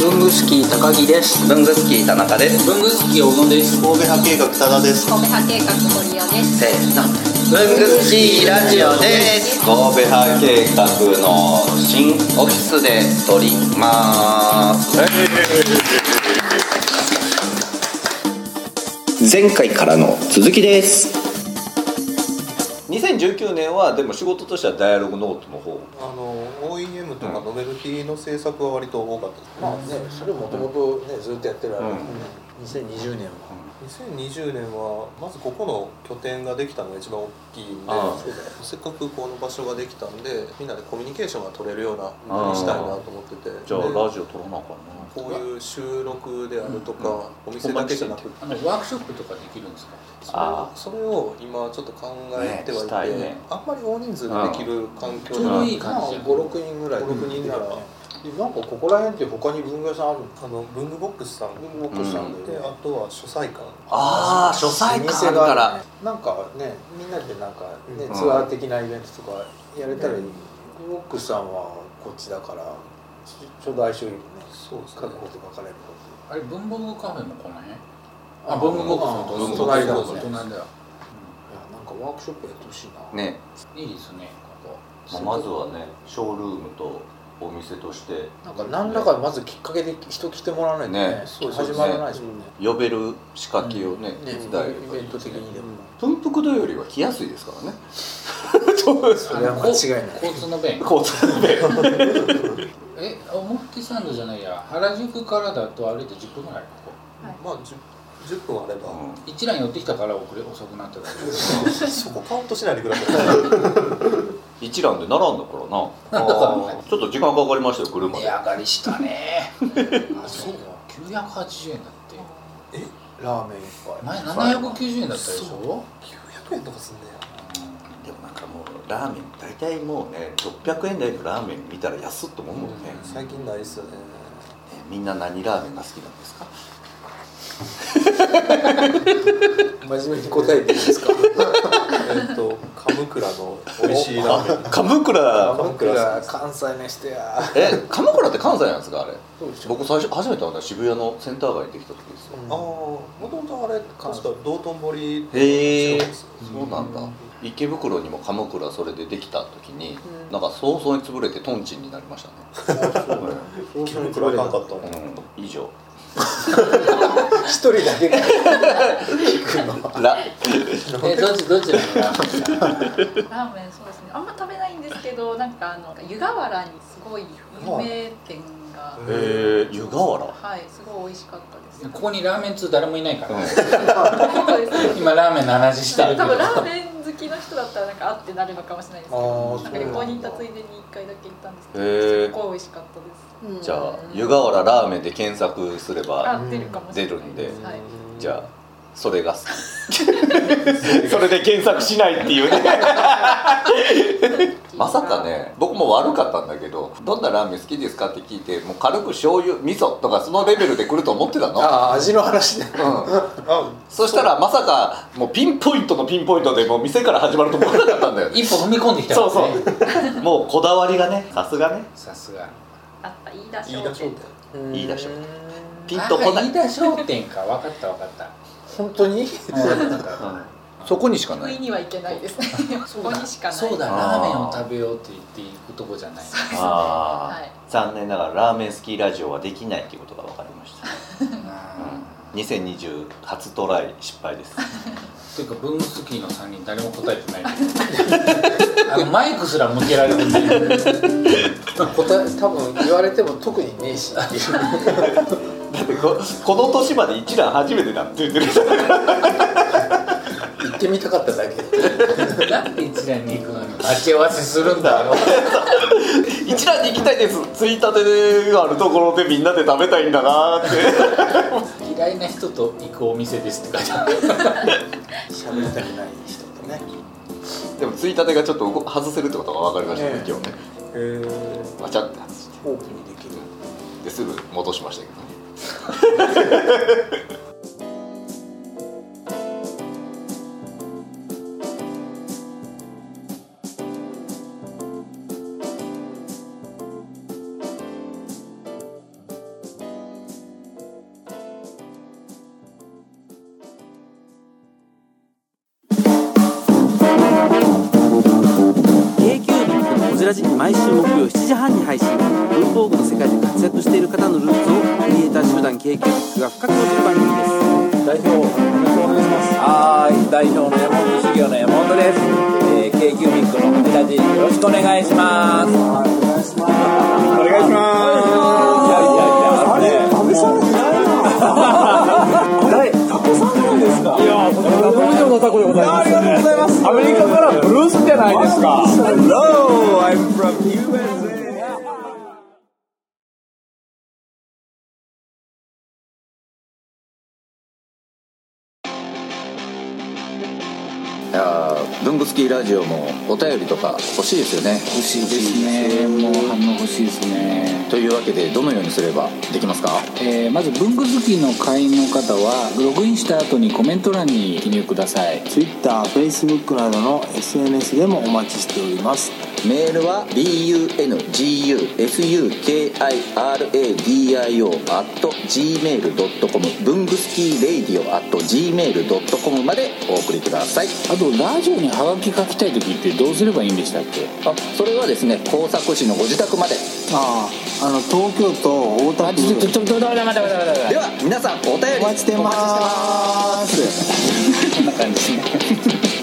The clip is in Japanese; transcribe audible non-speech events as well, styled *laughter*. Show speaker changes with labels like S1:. S1: 文具スキー高木です
S2: 文具スキー田中です
S1: 文具スキー小野です
S3: 神戸派計画多田です
S4: 神戸派計画堀尾です。
S2: せーの文具スキーラジオです
S3: 神戸派計画の
S2: 新オフィスで撮ります
S5: 前回からの続きです
S3: 2019年はでも仕事としてはダイアログノートの方
S6: あの OEM とかノベルティの制作は割と多かったですね、
S1: まあねそれもともとねずっとやってるあれ、
S3: うん
S1: 2020年は
S6: 2020年はまずここの拠点ができたのが一番大きいんで
S3: ああ
S6: せっかくこの場所ができたんでみんなでコミュニケーションが取れるような場にしたいなと思ってて
S3: じゃ
S6: で
S3: あラジオ撮らなあかんな
S6: こういう収録であるとか、お店だけじゃなくて
S7: あのワークショップとかできるんですか
S6: それをそれを今ちょっと考えて
S3: ねした
S6: はい
S3: い
S6: て、
S3: ね
S6: あんまり大人数でできる環境
S1: ち
S6: じ
S1: ょう
S6: ゃ
S1: ど
S6: ない
S1: い感じ56人ぐらい
S6: 56人なら、
S1: でなんかここら辺って他に文具屋さんあるの
S6: あの文具ボックスさん
S1: 文具ボックスさんで、
S6: であとは書斎館
S2: あー書斎館あるから
S1: なんかねみんなでなんかね、
S3: うん
S1: ツアー的なイベントとかやれたらいい、文具ボックスさんはこっちだからちちょうど相性いいよね
S6: そうですね
S1: 書くこと書かれるこ
S7: あれ文房具カフェもこの辺
S1: と
S7: あ文具ボックスの
S1: 隣だ
S7: だ
S1: も
S7: も
S1: ん
S7: ん
S1: ねい
S7: ね
S1: やなん
S7: 隣だよ
S1: かワークショップやってほしいな、
S2: ね
S7: いいですねこ
S3: まあまずはねショールームとお店として
S1: なんか何らかまずきっかけで人来てもらわないとね
S3: ね
S1: そう
S3: そうです
S1: 始
S3: ね
S1: まらないですもんね
S3: 呼べる仕掛けをね、
S1: ね
S3: 手伝えればいい
S1: イベント的にでも、
S3: 文福堂よりは来やすいですからね
S1: *laughs* そ
S7: こ
S1: れは間違いない
S7: あのこ交通の便
S3: 交通で
S7: え表参道じゃないや原宿からだと歩いて10分ぐらいここ
S6: まあ 10, 10分あれば、
S7: 一覧寄ってきたから遅れ遅くなっただけです
S6: そこカウントしないでください。
S3: 一覧で並んだからな
S7: なんだか
S3: *laughs* ちょっと時間かかりましたよ車
S7: 値
S3: で
S7: 上がりしたねあそう
S1: だ
S7: 980円だって
S1: ラーメン一杯
S7: 前790円だったでしょ
S6: 900円とかすんだよ。
S3: でもなんかもうラーメン大体もうね600円台のラーメン見たら安っと思うもんね、ね
S6: 最近ないっすよね。
S3: みんな何ラーメンが好きなんですか
S1: 真面目に答えていいですか
S6: えっと、カムクラ
S1: *laughs*
S6: の美味しいラーメン。
S3: 鎌倉
S1: 僕ら関西の人や
S3: え鎌倉って関西なんですかあれ
S1: そうでしょ
S3: 僕最初初めて会ったのは渋谷のセンター街にできた時ですよ、
S6: ああ、もともとあれ、確か道頓堀。
S3: へえ
S6: そうです
S3: そうなんだ、池袋にも鎌倉それでできた時に、なんか早々に潰れてトンチンになりましたね、
S1: 一
S6: カムクラあかんかったもん。
S3: うん、以上
S1: 人だけが
S3: ラ
S7: えどっちどっちなのラーメンが
S4: ラーメンそうですね。あんま食べないんですけど、なんかあの湯河原にすごい有名店が、
S3: えー、湯河原
S4: はい、すごい美味しかったです。
S7: ここにラーメン通誰もいないから、
S4: そうですね
S7: 今ラーメンの話してるけ
S4: 多
S7: ど
S4: 分ラーメン好きの人だったらなんかあってなるのかもしれないですけ
S1: あー
S4: ど、なんか旅行に行ったついでに一回だけ行ったんですけど、
S3: へー
S4: すっごい美味しかったです。
S3: じゃあ湯河原ラーメンで検索すれば
S4: あ、出るかもしれないです。
S3: 出るんで
S4: はい。
S3: じゃあそれが好きそれで検索しないっていうねまさかね僕も悪かったんだけどどんなラーメン好きですかって聞いてもう軽く醤油味噌とかそのレベルで来ると思ってたの
S1: ああ味の話ね
S3: うん、
S6: あ、
S1: *laughs*
S3: そしたらまさかもうピンポイントのピンポイントでもう店から始まると思わなかったんだよね
S7: 一歩踏み込んできたか
S3: *laughs* そ
S7: ら
S3: う
S7: ね
S3: そうもうこだわりがねさすがね
S7: さすが
S4: あった飯田
S6: 飯
S4: 商
S6: 田商
S4: 店
S6: 店。。
S3: いいでしょピン
S7: あ
S3: とこな
S7: あ
S3: い
S7: 飯田商店か分かった
S3: *laughs*
S7: 分かった
S1: 本当に *laughs*
S3: そこにしか
S4: 不意には行けないですね。ここにしかない。
S7: そうだ
S3: あ
S7: ラー
S3: ー
S7: メンを食べようって言って行くとこじゃない
S3: ああ、
S4: はい
S3: 残念ながらラーメンスキーラジオはできないっていうことが分かりました
S4: *laughs*
S7: うん
S3: 2020初トライ失敗です
S7: というか文具好きの3人誰も答え
S3: *laughs*
S7: てないあのマイクすら向けられてない
S1: 答え多分言われても特にねえしっていう
S3: だってここの年まで一覧初めてだって言ってる
S1: 言ってみたかっただけ
S7: なんで一覧に行くのに待ち合わせするんだろう
S3: 一覧に行きたいですついたてがあるところでみんなで食べたいんだなーって
S7: 嫌いな人と行くお店ですって書いてある
S1: 喋りたくない人とね
S3: でもついたてがちょっと動外せるってことが分かりましたね
S1: ええ
S3: 今日ね
S1: え
S3: わちゃって外して
S1: オープンにできる
S3: ですぐ戻しましたけどね
S8: ラジ毎週木曜7時半に配信文房具の世界で活躍している方のルーツをクリエイター集団 KQ が深く落ちる番組です
S9: 代表お願いします
S6: はい、代表の山本修行の山本です。えー、k ーミックの藤田ジよろしくお願いします。お願いします。いやいやいや、あれ、ね、いやー、東京のタコでございます。ありがとうございます。アメリカからブルースじゃないですか。Hello, I'm from USA.
S3: いやー文具好きラジオもお便りとか欲しいですよね
S2: 欲しいですねもう反応欲しいですね
S3: というわけでどのようにすればできますか
S2: えーまず文具好きの会員の方はログインした後にコメント欄に記入ください
S8: TwitterFacebook などの SNS でもお待ちしております
S3: メールは bungusukiradio.gmail.com 文具スキーレイディオ at .gmail.com までお送りください
S2: あとラジオにハガキ書きたい時ってどうすればいいんでしたっけ
S3: あそれはですね工作士のご自宅まで
S8: あああの東京都大田
S2: あちょっとちょっとちょっと待って待って待って待っ
S3: では皆さんお便り
S8: お待ちしてます
S2: てこんな感じですね